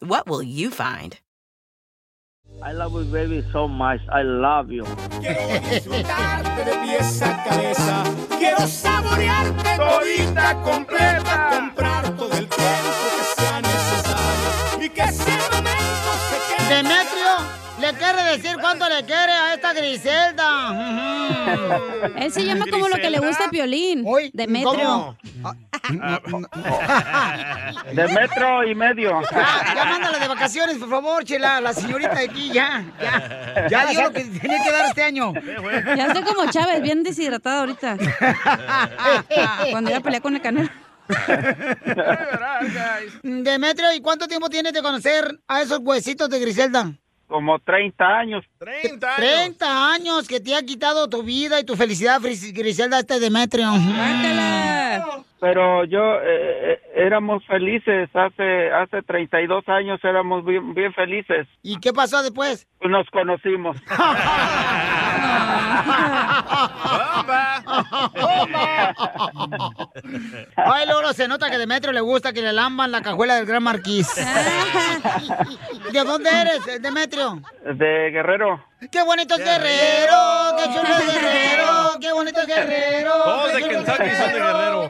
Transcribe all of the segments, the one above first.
What will you find? I love you, baby, so much. I love you. Quiero disfrutarte de pieza a cabeza. Quiero saborearte todita completa. Comprar todo el tiempo que sea necesario. Y que ese momento se quede. Demetrio le quiere decir cuánto le quiere a esta Griselda. Ujú. Él se llama como lo que le gusta a Piolín. Hoy, Demetrio. ¿cómo? De metro y medio. Ya, ya mándala de vacaciones, por favor, chela, la señorita de aquí, ya. Ya, ya dio lo que tenía que dar este año. Ya estoy como Chávez, bien deshidratado ahorita. Ah, Cuando iba a pelear con el canal. Demetrio, ¿y cuánto tiempo tienes de conocer a esos huesitos de Griselda? Como 30 años. 30 años. 30 años que te ha quitado tu vida y tu felicidad, Fris- Griselda, este Demetrio. Pero yo, eh, eh, éramos felices. Hace hace 32 años éramos bien, bien felices. Pues ¿Y qué pasó después? Nos conocimos. Bomba. Ay, Lolo, se nota que Demetrio le gusta que le lamban la cajuela del gran marquís. Ah. ¿De dónde eres, Demetrio? De Guerrero. ¡Qué bonito es Guerrero! ¡Qué chulo es Guerrero! ¡Qué bonito es Guerrero! Todos qué de chulo es Kentucky son de Guerrero.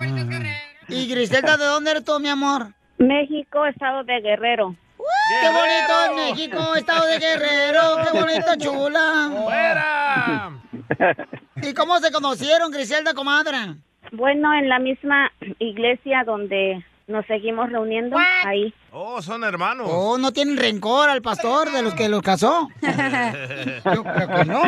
Y Griselda, ¿de dónde eres tú, mi amor? México, estado de Guerrero. ¡Qué bonito es México, estado de Guerrero! ¡Qué bonito, chula! ¡Fuera! ¿Y cómo se conocieron, Griselda, comadre? Bueno, en la misma iglesia donde nos seguimos reuniendo, ahí. Oh, son hermanos. Oh, no tienen rencor al pastor de los que los casó. Yo creo que no.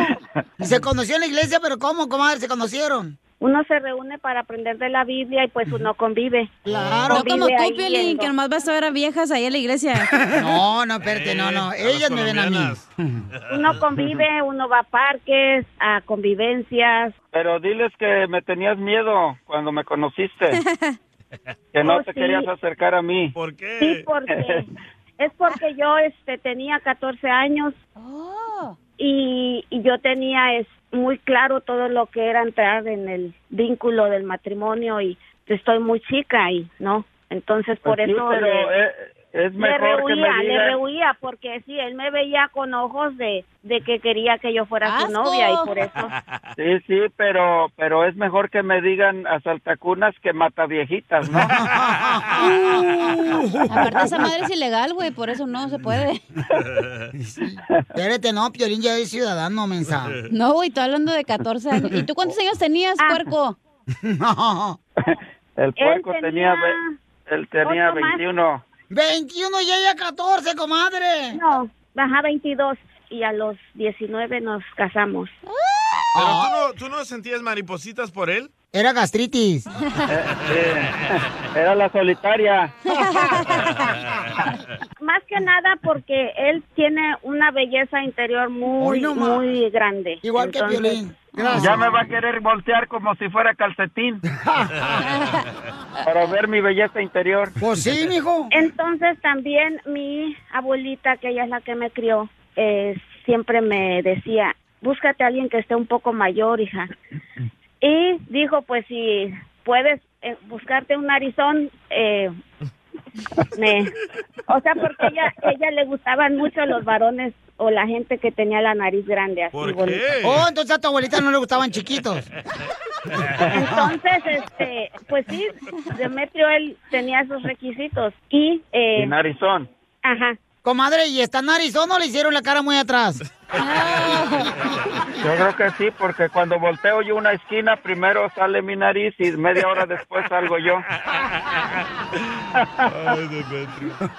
Se conoció en la iglesia, pero ¿cómo, comadre? Se conocieron. Uno se reúne para aprender de la Biblia y pues uno convive. Claro. No como tú, ahí Piolín, viendo. que nomás vas a ver a viejas ahí en la iglesia. No, no, espérate, no, no. Eh, a las Ellas me ven a mí. colombianas. Uno convive, uno va a parques, a convivencias. Pero diles que me tenías miedo cuando me conociste. Que no Oh, te sí. querías acercar a mí. ¿Por Sí, Eh. qué? porque es porque yo este tenía 14 años y, y yo tenía es muy claro todo lo que era entrar en el vínculo del matrimonio y estoy muy chica y no, entonces por Pues sí, eso pero le- eh, es mejor que me rehuía, le digas. rehuía, porque sí, él me veía con ojos de, de que quería que yo fuera su ¡Asco! novia y por eso. Sí, sí, pero, pero es mejor que me digan asaltacunas que mataviejitas, ¿no? Aparte, esa madre es ilegal, güey, por eso no se puede. Espérate, no, Piolín ya es ciudadano, mensa. No, güey, estoy hablando de 14 años. ¿Y tú cuántos años tenías, Ah. puerco? No. El puerco él tenía, tenía, ve- él tenía ocho más. 21. 21 y ella 14, comadre. no, baja 22 y a los 19 nos casamos. ¿Pero Ah, tú no, tú no sentías maripositas por él? era gastritis. Sí, era la solitaria. Más que nada porque él tiene una belleza interior muy, Hoy no más. muy grande. Igual que Entonces, Piolín. Gracias. Ya me va a querer voltear como si fuera calcetín. Para ver mi belleza interior. Pues sí, mijo. Entonces también mi abuelita, que ella es la que me crió, eh, siempre me decía, búscate a alguien que esté un poco mayor, hija. Y dijo, pues si puedes eh, buscarte un narizón, eh, me- o sea, porque ella, ella le gustaban mucho los varones o la gente que tenía la nariz grande así. ¿Por bonita. qué? Oh, entonces a tu abuelita no le gustaban chiquitos. Entonces, este, pues sí, Demetrio él tenía esos requisitos y, eh, Y narizón. ajá, Comadre, ¿y está en Arizona o le hicieron la cara muy atrás? Yo creo que sí, porque cuando volteo yo una esquina, primero sale mi nariz y media hora después salgo yo. Ay, don Pedro.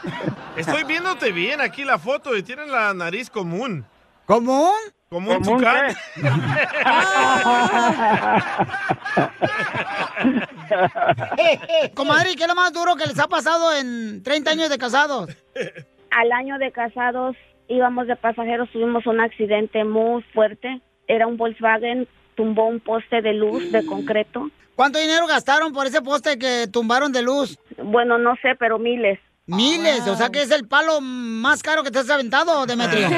Estoy viéndote bien aquí la foto y tienes la nariz común. ¿Común? Como un ¿Común ¿eh? tucán. Comadre, ¿qué es lo más duro que les ha pasado en 30 años de casados? Al año de casados íbamos de pasajeros, tuvimos un accidente muy fuerte. Era un Volkswagen, tumbó un poste de luz de concreto. ¿Cuánto dinero gastaron por ese poste que tumbaron de luz? Bueno, no sé, pero miles. Ah. Miles, o sea que es el palo más caro que te has aventado, Demetrio.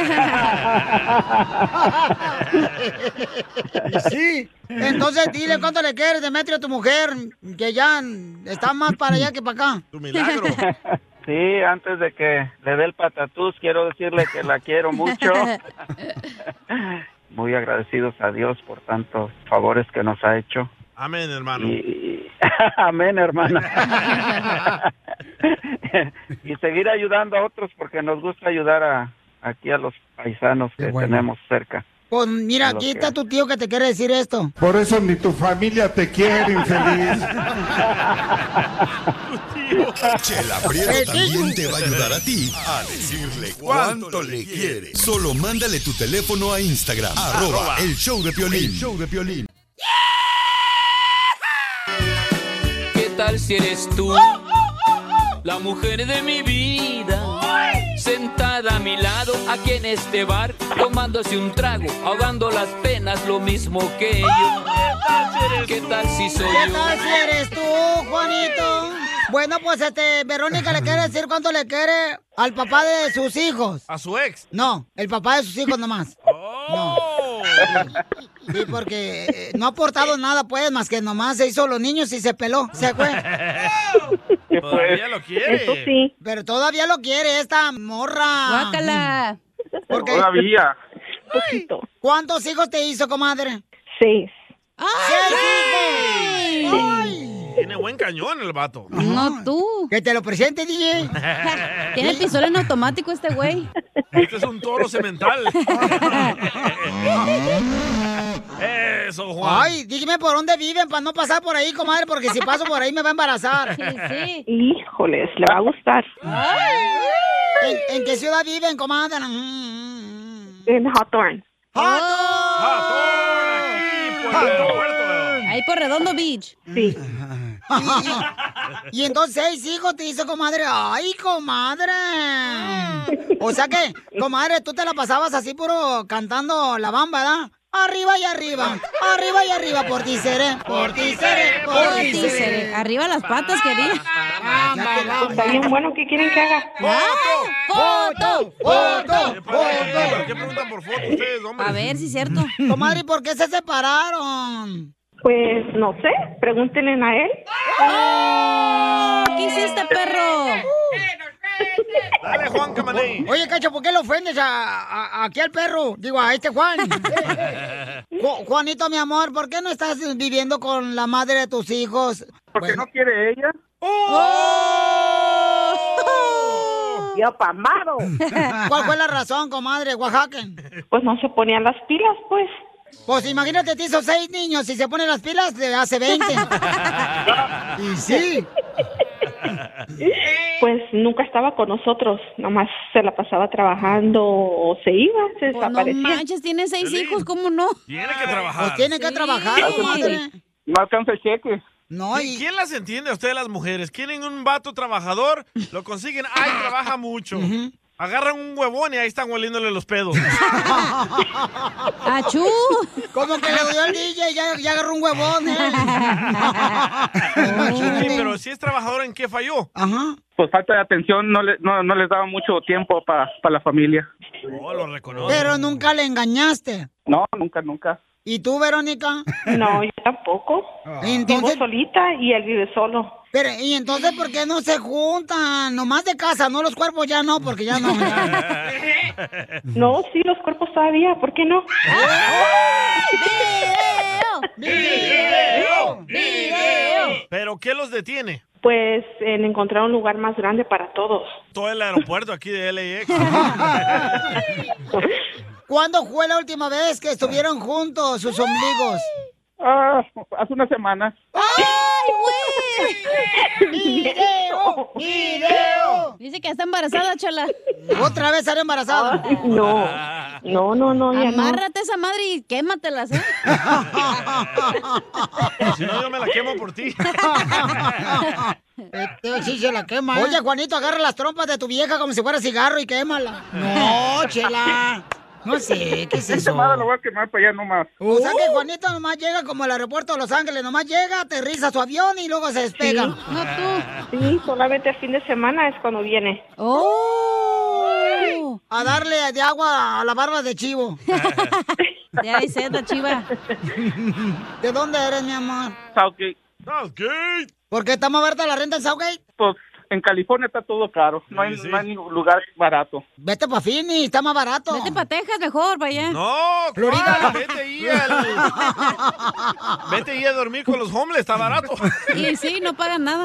Y sí. Entonces dile cuánto le quieres, Demetrio, a tu mujer, que ya está más para allá que para acá. Tu milagro. Sí, antes de que le dé el patatús, quiero decirle que la quiero mucho. Muy agradecidos a Dios por tantos favores que nos ha hecho. Amén, hermano. Y- Amén, hermana. y seguir ayudando a otros porque nos gusta ayudar a, aquí a los paisanos que tenemos cerca. Pues mira, A lo aquí que- está tu tío que te quiere decir esto. Por eso ni tu familia te quiere, infeliz. Chela Prieto también te va a ayudar a ti a decirle cuánto le quiere. Solo mándale tu teléfono a Instagram, arroba el show de Piolín. El show de Piolín. ¿Qué tal si eres ¡Oh, tú? La mujer de mi vida. Sentada a mi lado, aquí en este bar, tomándose un trago, ahogando las penas, lo mismo que ¡Oh, yo. ¿Qué tal si soy ¿Qué yo? tal si eres tú, Juanito? Bueno, pues este, Verónica le quiere decir cuánto le quiere al papá de sus hijos. ¿A su ex? ¡Oh! No, el papá de sus hijos nomás. No. Sí, porque eh, no ha aportado nada, pues, más que nomás se hizo los niños y se peló, se fue. pues, Todavía lo quiere. Pero todavía lo quiere esta morra. Guácala. Porque... Todavía. Poquito. ¿Cuántos hijos te hizo, comadre? Seis. ¡Seis hijos! ¡Ay! Tiene buen cañón el vato. No tú. Que te lo presente, DJ. Tiene pistola en automático este güey. Este es un toro cemental. Eso, Juan. Ay, dígame por dónde viven para no pasar por ahí, comadre, porque si paso por ahí me va a embarazar. Sí, Híjoles, le va a gustar. ¿En, en qué ciudad viven, comadre? En Hawthorne. Ahí por Redondo Beach. Sí. Y- Y, entonces seis hijos te hizo, comadre. ¡Ay, comadre! O sea que, comadre, tú te la pasabas así puro cantando la bamba, ¿verdad? Arriba y arriba, arriba y arriba, por ti seré, por ti seré, por ti seré. Arriba las patas, querida. Ah, Está bien bueno, ¿qué quieren que haga? Ah, ¡Foto! ¡Foto! ¿Por qué preguntan por fotos ustedes, hombre? A ver si es cierto. Comadre, ¿y ¿por qué se separaron? Pues no sé, pregúntenle a él. ¡Oh! ¿Qué hiciste, perro? Dale, Juan Camaney. Oye, Cacho, ¿por qué lo ofendes a, a- aquí al perro? Digo, a este Juan. Ju- Juanito, mi amor, ¿por qué no estás viviendo con la madre de tus hijos? Porque no quiere ella. ¡Oh! Yo pamado. ¿Cuál fue la razón, comadre, Oaxaca? Pues no se ponían las pilas, pues. Pues imagínate, te hizo seis niños y se pone las pilas de hace 20. y sí. Pues nunca estaba con nosotros, nomás se la pasaba trabajando o se iba, se Pues no desaparecía. manches, tiene seis hijos, ¿cómo no? Tiene que trabajar. Pues tiene que trabajar, comadre. No alcanza el cheque. No, ¿Y quién las entiende a ustedes las mujeres? Quieren un vato trabajador, lo consiguen, ay, trabaja mucho. Agarran un huevón y ahí están hueliéndole los pedos. ¡Achú! Como que le dio el DJ y ya, ya agarró un huevón, ¿eh? Sí, pero si es trabajador, ¿en qué falló? Ajá. Pues falta de atención, no, le- no, no les daba mucho tiempo para la familia. Oh, lo reconoce. Pero nunca le engañaste. No, nunca, nunca. ¿Y tú, Verónica? Ah. No, yo tampoco. Entonces- Vivo solita y él vive solo. Pero, ¿y entonces por qué no se juntan? Nomás de casa, no los cuerpos ya no, porque ya no. No, sí, los cuerpos todavía, ¿por qué no? ¡Video! ¡Video! ¡Video! ¿Pero qué los detiene? Pues en encontrar un lugar más grande para todos. Todo el aeropuerto aquí de LAX. ¿Cuándo fue la última vez que estuvieron juntos sus ombligos? ¡Ah! Ah, hace una semana. ¡Ay, güey! ¡Video! ¡Video! Dice que está embarazada, chola. ¿Otra vez salió Ah. embarazada? No, no, no, no, ya no. Amárrate esa madre y quématelas, ¿eh? Si no, yo me la quemo por ti. Este sí se la quema. Oye, Juanito, agarra las trompas de tu vieja como si fuera cigarro y quémala. No, chela. No sé, ¿qué es Esta eso? madre la voy a quemar para allá nomás. O sea que Juanito nomás llega como al aeropuerto de Los Ángeles, nomás llega, aterriza su avión y luego se despega. No tú. Sí, solamente el fin de semana es cuando viene. ¡Oh! A darle de agua a la barba de chivo. De ahí seda, chiva. ¿De dónde eres, mi amor? Southgate. Southgate. ¿Por qué está más barata la renta en Southgate? Pues en California está todo caro. No hay, no hay ningún lugar barato. Vete para Phoenix, está más barato. Vete para Texas mejor, para allá. No, Florida. Vete ahí, al- vete ahí a dormir con los homeless, está barato. Y sí, no pagan nada.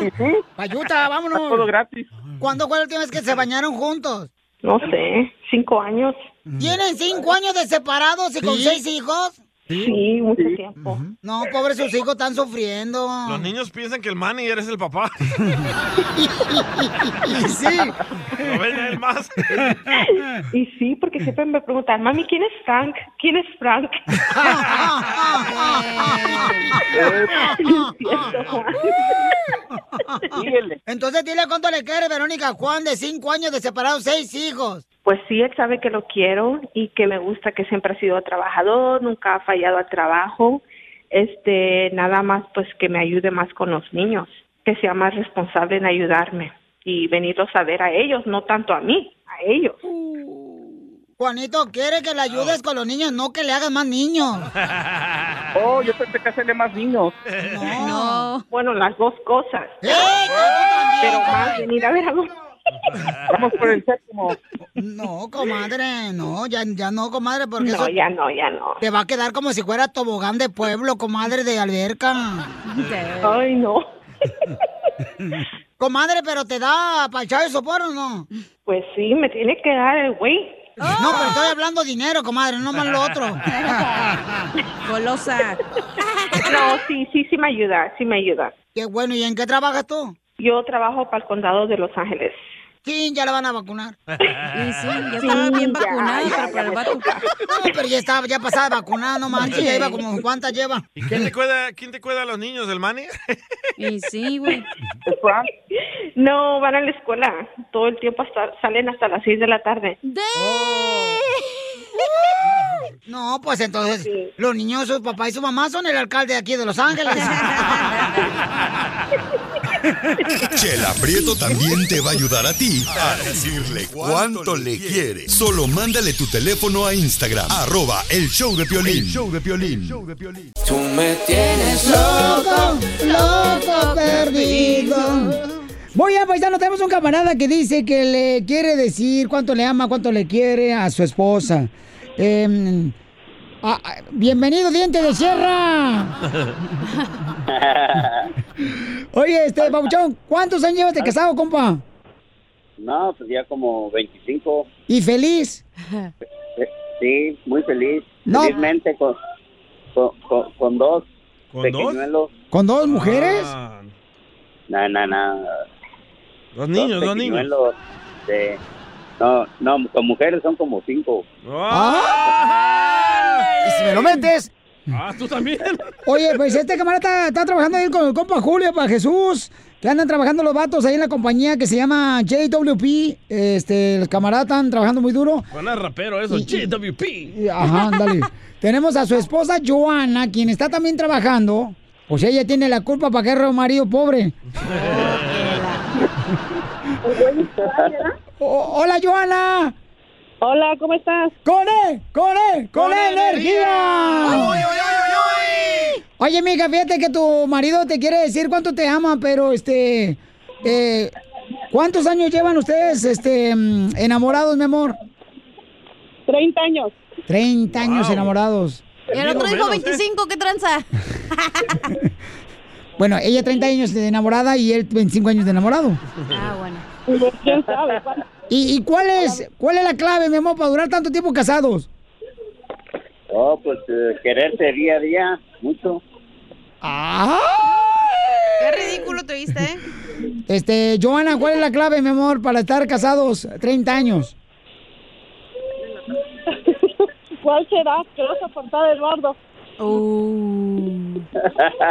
Payuta, vámonos. Está todo gratis. ¿Cuándo fue la última vez que se bañaron juntos? No sé, cinco años. ¿Tienen cinco años de separados y con Sí. seis hijos? Sí, mucho tiempo. No, pobres sus hijos están sufriendo. Los niños piensan que el manager es el papá. Y sí. Lo ven a él más. Y sí, porque siempre me preguntan, mami, ¿quién es Frank? ¿Quién es Frank? Ah, Entonces dile cuánto le quiere Verónica Juan de cinco años de separados, seis hijos. Pues sí, él sabe que lo quiero y que me gusta, que siempre ha sido trabajador, nunca ha fallado al trabajo. Este, nada más pues que me ayude más con los niños, que sea más responsable en ayudarme y venirlos a ver a ellos, no tanto a mí, a ellos. Juanito quiere que le ayudes con los niños, no que le hagas más niños. Oh, yo pensé que hacerle más niños. No. Bueno, las dos cosas. ¡Eh! Pero más venir a ver a los Vamos por el séptimo. No, comadre, no, ya, ya no, comadre, porque No, eso ya no, ya no. te va a quedar como si fuera tobogán de pueblo, comadre de alberca. Ay, no. Comadre, pero te da pachado y sopor o no? Pues sí, me tiene que dar el güey. No, pero estoy hablando dinero, comadre, no más lo otro. Golosa. No, sí, sí, sí me ayuda, sí me ayuda. Qué bueno, ¿y en qué trabajas tú? Yo trabajo para el condado de Los Ángeles. Sí, ya la van a vacunar. Y sí, ya estaba bien ya, vacunada, ya, pero por el vato. No, pero ya estaba, ya pasaba vacunada, no manches, ya iba como cuántas lleva. ¿Y quién te cuida, quién te cuida a los niños, el manager? Y sí, güey. Frank, No, van a la escuela todo el tiempo, hasta salen hasta las 6 de la tarde. De- Oh. No, pues entonces, los niños, su papá y su mamá son el alcalde de aquí de Los Ángeles. Chela Prieto también te va a ayudar a ti a decirle cuánto le quiere. Solo mándale tu teléfono a Instagram, arroba el show de Piolín. show de Piolín. Tú me tienes loco, loco perdido. Muy bien, paisano, tenemos un camarada que dice que le quiere decir cuánto le ama, cuánto le quiere a su esposa. Eh, ah, ah, bienvenido, diente de sierra. Oye, este, Pabuchón, ¿cuántos años llevas de casado, compa? No, pues ya como 25. ¿Y feliz? Eh, Sí, muy feliz. No. Felizmente con, con, con- con dos ¿Con pequeñuelos. ¿Con dos mujeres? No, no, no. Dos niños, dos niños. pequeñuelos, sí. No, no, con mujeres son como cinco. Y si me lo metes. Ah, tú también. Oye, pues este camarada está, está trabajando ahí con el compa Julio, para Jesús, que andan trabajando los vatos ahí en la compañía que se llama JWP. Este, los camaradas están trabajando muy duro. Van a rapero eso, JWP. Y, Ajá, ándale. Tenemos a su esposa Joana, quien está también trabajando. O sea, ella tiene la culpa para que agarre a un marido pobre. O- hola, Joana. Hola, ¿cómo estás? ¡Con él! ¡Con él! ¡Con, energía! Oye, mija, fíjate que tu marido te quiere decir cuánto te ama, pero este. eh, ¿Cuántos años llevan ustedes este, mm, enamorados, mi amor? 30 años. 30 años enamorados. Y el otro dijo 25, ¿qué tranza? Bueno, ella 30 años de enamorada y él 25 años de enamorado. Ah, bueno. ¿Quién sabe? ¿Y, y cuál, es, cuál es la clave, mi amor, para durar tanto tiempo casados? Oh, pues eh, quererte día a día, mucho. Qué ridículo te viste, ¿eh? Este, Joana, ¿cuál es la clave, mi amor, para estar casados 30 años? ¿Cuál será? Que vas a soportar el gordo.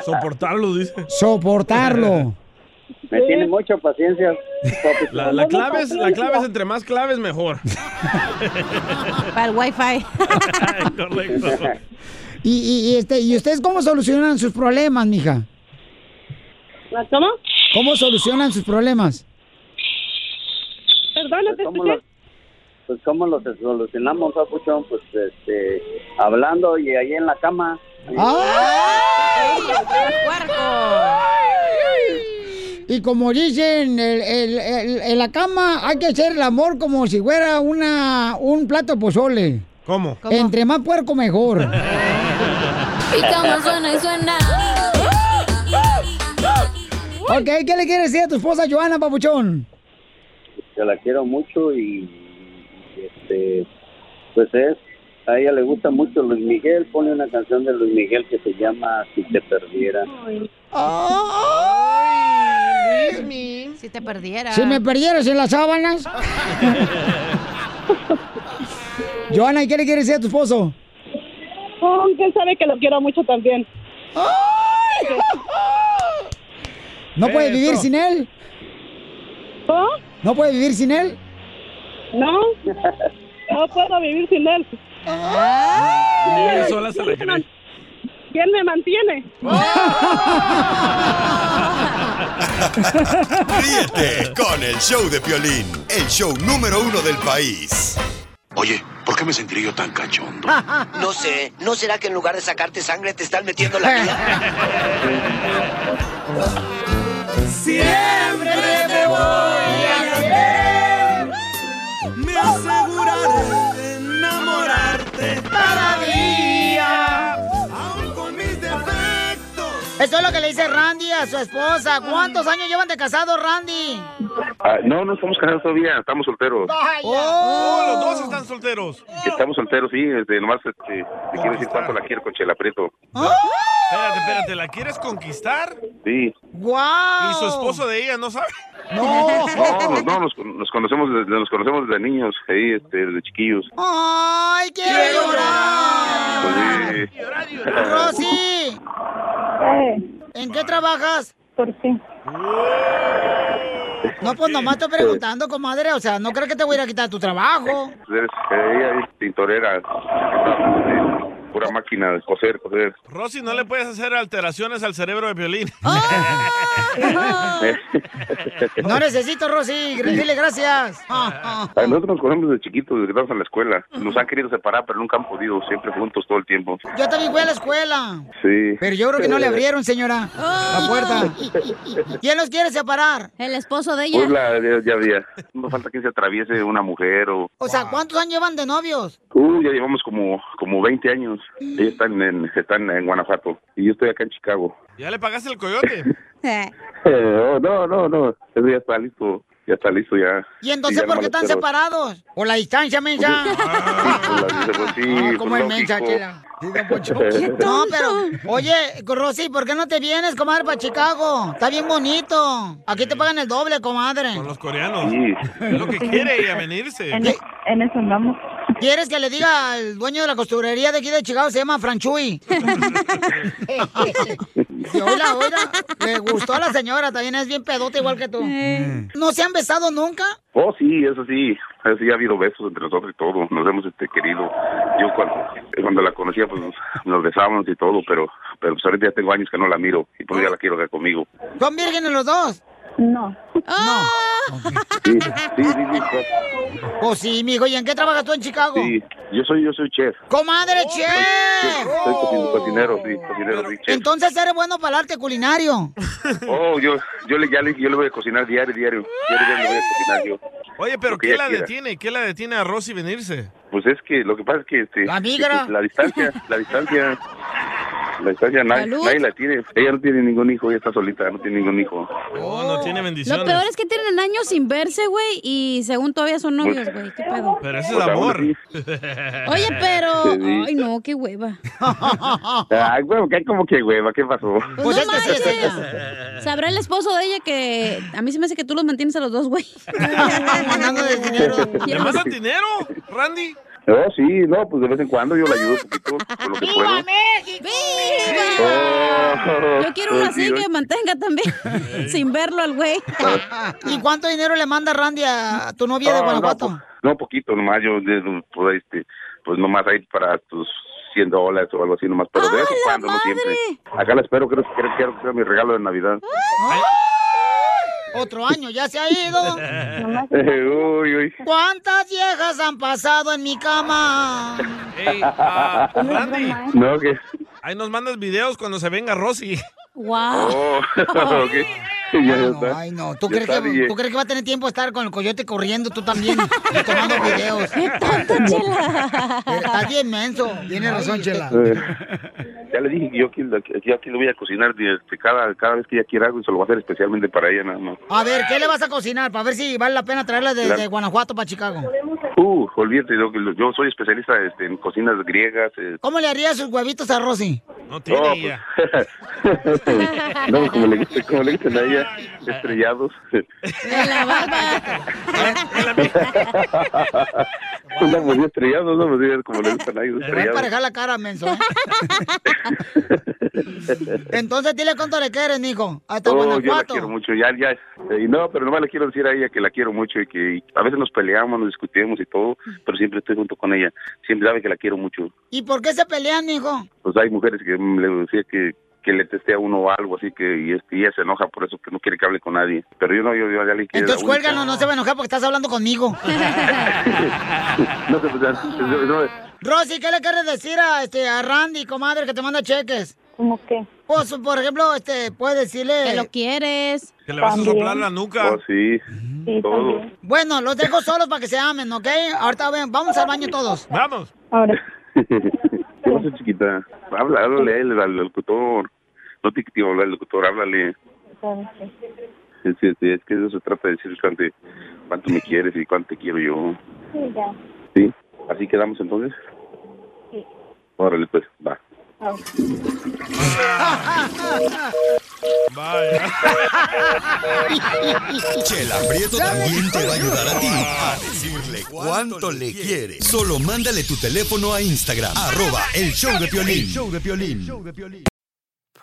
Soportarlo, dice. Soportarlo. Me tiene mucha paciencia. La, la clave es, la clave es entre más claves, mejor. Para el wifi. Correcto. Y, y- y, este, ¿Y ustedes cómo solucionan sus problemas, mija? ¿Cómo? ¿Cómo solucionan sus problemas? Perdón, no te ¿Cómo escuché. los- pues cómo los solucionamos, papuchón? Pues este, hablando y ahí en la cama. ¡Ah! Y como dicen, el- el- el- en la cama hay que hacer el amor como si fuera una, un plato de pozole. ¿Cómo? Entre más puerco, mejor. Y como suena y suena. Ok, ¿qué le quieres decir a tu esposa Joana, papuchón? Yo la quiero mucho y, y, este, pues es, a ella le gusta mucho Luis Miguel. Pone una canción de Luis Miguel que se llama Si te perdiera. Si te perdiera. Si me perdieras en las sábanas. Joana, ¿y qué le quieres decir a tu esposo? Aunque Oh, él sabe que lo quiero mucho también. ¿No puede vivir sin él? ¿Cómo? ¿No puede vivir sin él? No, no puedo vivir sin él. Ah. Ella sola se la cree. ¿Quién me mantiene? Ríete con el show de Piolín, el show número uno del país. Oye, ¿por qué me sentiré yo tan cachondo? No sé, ¿no será que en lugar de sacarte sangre te están metiendo la mía? Siempre te voy a querer. Me aseguraré de enamorarte cada día. Aún con mis defectos. Eso es lo que le dice Randy a su esposa. ¿Cuántos años llevan de casado, Randy? Ah, no, no estamos casados todavía, estamos solteros. ¡Oh! Los dos están solteros. Estamos solteros, sí, este, nomás este, te quiero decir cuánto la quiero con Chela Prieto. Espérate, espérate, ¿la quieres conquistar? Sí. ¡Guau! Y su esposo de ella, ¿no sabe? No, no, no, nos, nos conocemos desde, nos conocemos desde niños, ahí, este, desde chiquillos. Ah, ¡Ay, Oh, quiero llorar! Pues, sí. ¡Rosy! ¿En qué trabajas? ¿Por qué? No, pues nomás estoy preguntando, comadre. O sea, no creo que te voy a ir a quitar tu trabajo. pues, Eres- eh, ella es tintorera, eh, pura máquina de coser, coser. Rosy, no le puedes hacer alteraciones al cerebro de violín. Ah. No necesito, Rosy. gr- Dile gracias. Ah, Ah, Nosotros nos conocemos desde chiquitos, desde que estábamos en la escuela. Nos han querido separar, pero nunca han podido, siempre juntos todo el tiempo. ah. Yo también fui a la escuela. Sí. Pero yo creo que no le abrieron, señora, la puerta. ¿Quién los quiere separar? El esposo Ah, de Pues la, ya, ya había. No falta que se atraviese una mujer o... O sea, ¿cuántos años llevan de novios? Uh, ya llevamos como, como 20 años. Ellos están en, están en Guanajuato y yo estoy acá en Chicago. ¿Ya le pagaste el coyote? Eh, oh, no, no, no. Eso ya está listo. Ya está listo, ya. ¿Y entonces ya por qué nomás están espero. separados? ¿Por la distancia, mensa? Las dice, pues, sí, Ah, pues, como el lógico. mensa, chela. No, pero, oye, Rosy, ¿por qué no te vienes, comadre, para Chicago? Está bien bonito. Aquí te pagan el doble, comadre. Con los coreanos. Es lo que quiere ella, venirse. En eso andamos. ¿Quieres que le diga al dueño de la costurería de aquí de Chicago? Se llama Franchuy. Sí, oíla, oíla. Le gustó a la señora, también es bien pedota igual que tú. ¿No se han besado nunca? Oh, sí, eso sí. Eso sí, ha habido besos entre nosotros y todo. Nos hemos este, querido. Yo cuando, cuando la conocía, pues nos, nos besábamos y todo, pero, pero pues, ahorita ya tengo años que no la miro y pues ya la quiero ver conmigo. ¿Son vírgenes los dos? No. No. Sí, sí, sí, sí, pues, Pues sí, mijo. ¿Y en qué trabajas tú en Chicago? sí. Oh, Yo soy, yo soy chef. ¡Comadre, che! Ah. Soy cocin- cocinero, sí, Oh. cocinero, sí, chef. Entonces eres bueno para el arte culinario. Oh, yo, yo, le, ya le- yo le voy a cocinar diario, diario. Diario, diario le voy a cocinar yo. Oye, pero Lo que ¿qué ella la quiera. detiene? ¿Qué la detiene a Rosy venirse? Pues es que lo que pasa es que... Este, La migra. La distancia, la distancia. La distancia nadie, Salud. nadie la tiene. Ella no tiene ningún hijo, ella está solita, no tiene ningún hijo. Oh. no tiene bendición. Lo peor es que tienen años sin verse, güey, y según todavía son novios, güey. ¿Qué pedo? Pero ese es Pues aún amor. así. Oye, pero... Te dije. Ay, no, qué hueva. Ay, huevo, que hay como que hueva, ¿qué pasó? Pues no manches. Sabrá el esposo de ella que... A mí se me hace que tú los mantienes a los dos, güey. ¿Le mandan dinero, Randy? No, sí, no, pues de vez en cuando yo la ayudo un poquito, por lo que puedo. México! Oh, Yo quiero uno oh, así sí, que mantenga también, sin verlo al güey. ¿Y cuánto dinero le manda Randy a tu No, novia de Ah, no, Guanajuato? po- No, poquito nomás, yo de- pues, este, pues nomás ahí para tus 100 dólares o algo así nomás, pero de vez ¡Ah, en cuando, no siempre. Acá la espero, creo, creo, creo que sea mi regalo de Navidad. Ah. Otro año, ya se ha ido. uy, uy. ¿Cuántas viejas han pasado en mi cama? Ey, ah, Randy. No, que... Ahí nos mandas videos cuando se venga Rosy. Wow. Oh, ok. Ya está. Ah. Ay, no, ¿tú Ya crees, está, que, DJ. ¿tú crees que va a tener tiempo de estar con el coyote corriendo tú también y tomando videos? ¡Qué tonto, Chela! Estás bien menso. Tienes razón, Chela. Eh, Ya le dije que yo aquí, yo aquí lo voy a cocinar este, cada, cada vez que ella quiera algo y se lo voy a hacer especialmente para ella nada más. A ver, ¿qué le vas a cocinar? Para ver si vale la pena traerla desde Claro. Guanajuato para Chicago. Uh, olvídate, yo, yo soy especialista este, en cocinas griegas. eh, ¿Cómo le harías sus huevitos a Rosy? No tiene pues. no, como le, gusta- como le gustan a ella, estrellados. no, pues sí, estrellados, no, pues sí, como le gustan a ellos, Te voy a estrellados. emparejar la cara, menso. ¿eh? Entonces, dile cuánto le quieres, mijo. Hasta Oh, yo la Guanajuato. quiero mucho, ya, ya. eh, Y no, pero nomás le quiero decir a ella que la quiero mucho y que a veces nos peleamos, nos discutimos y todo, pero siempre estoy junto con ella. Siempre sabe que la quiero mucho. ¿Y por qué se pelean, mijo? pues hay mujeres que mm, le decía que que le testé a uno o algo así que y, este, y ella se enoja por eso que no quiere que hable con nadie pero yo no yo, yo ya le dije, Entonces, la única- cuélganos, no se va a enojar porque estás hablando conmigo. no sé, pues, ya, yo- yo- Rosy, ¿qué le quieres decir a, este, a Randy, comadre, que te manda cheques? ¿Cómo qué? Pues, por ejemplo, este, puedes decirle... Que lo quieres. Que le vas a soplar la nuca. oh, sí, todo Bueno, los dejo solos para que se amen, ¿ok? Ahorita ven, vamos al baño todos. Vamos. Ahora. ¿Qué pasa, chiquita habla háblale a él, al, al locutor no te quiero hablar al locutor háblale es, es- es que de eso se trata de decir cuánto, cuánto me quieres y cuánto te quiero yo Sí, ya. sí así quedamos entonces Sí. órale pues va Chela Prieto también te va a ayudar a ti a decirle cuánto le quiere. Solo mándale tu teléfono a Instagram, arroba el show de Piolín. El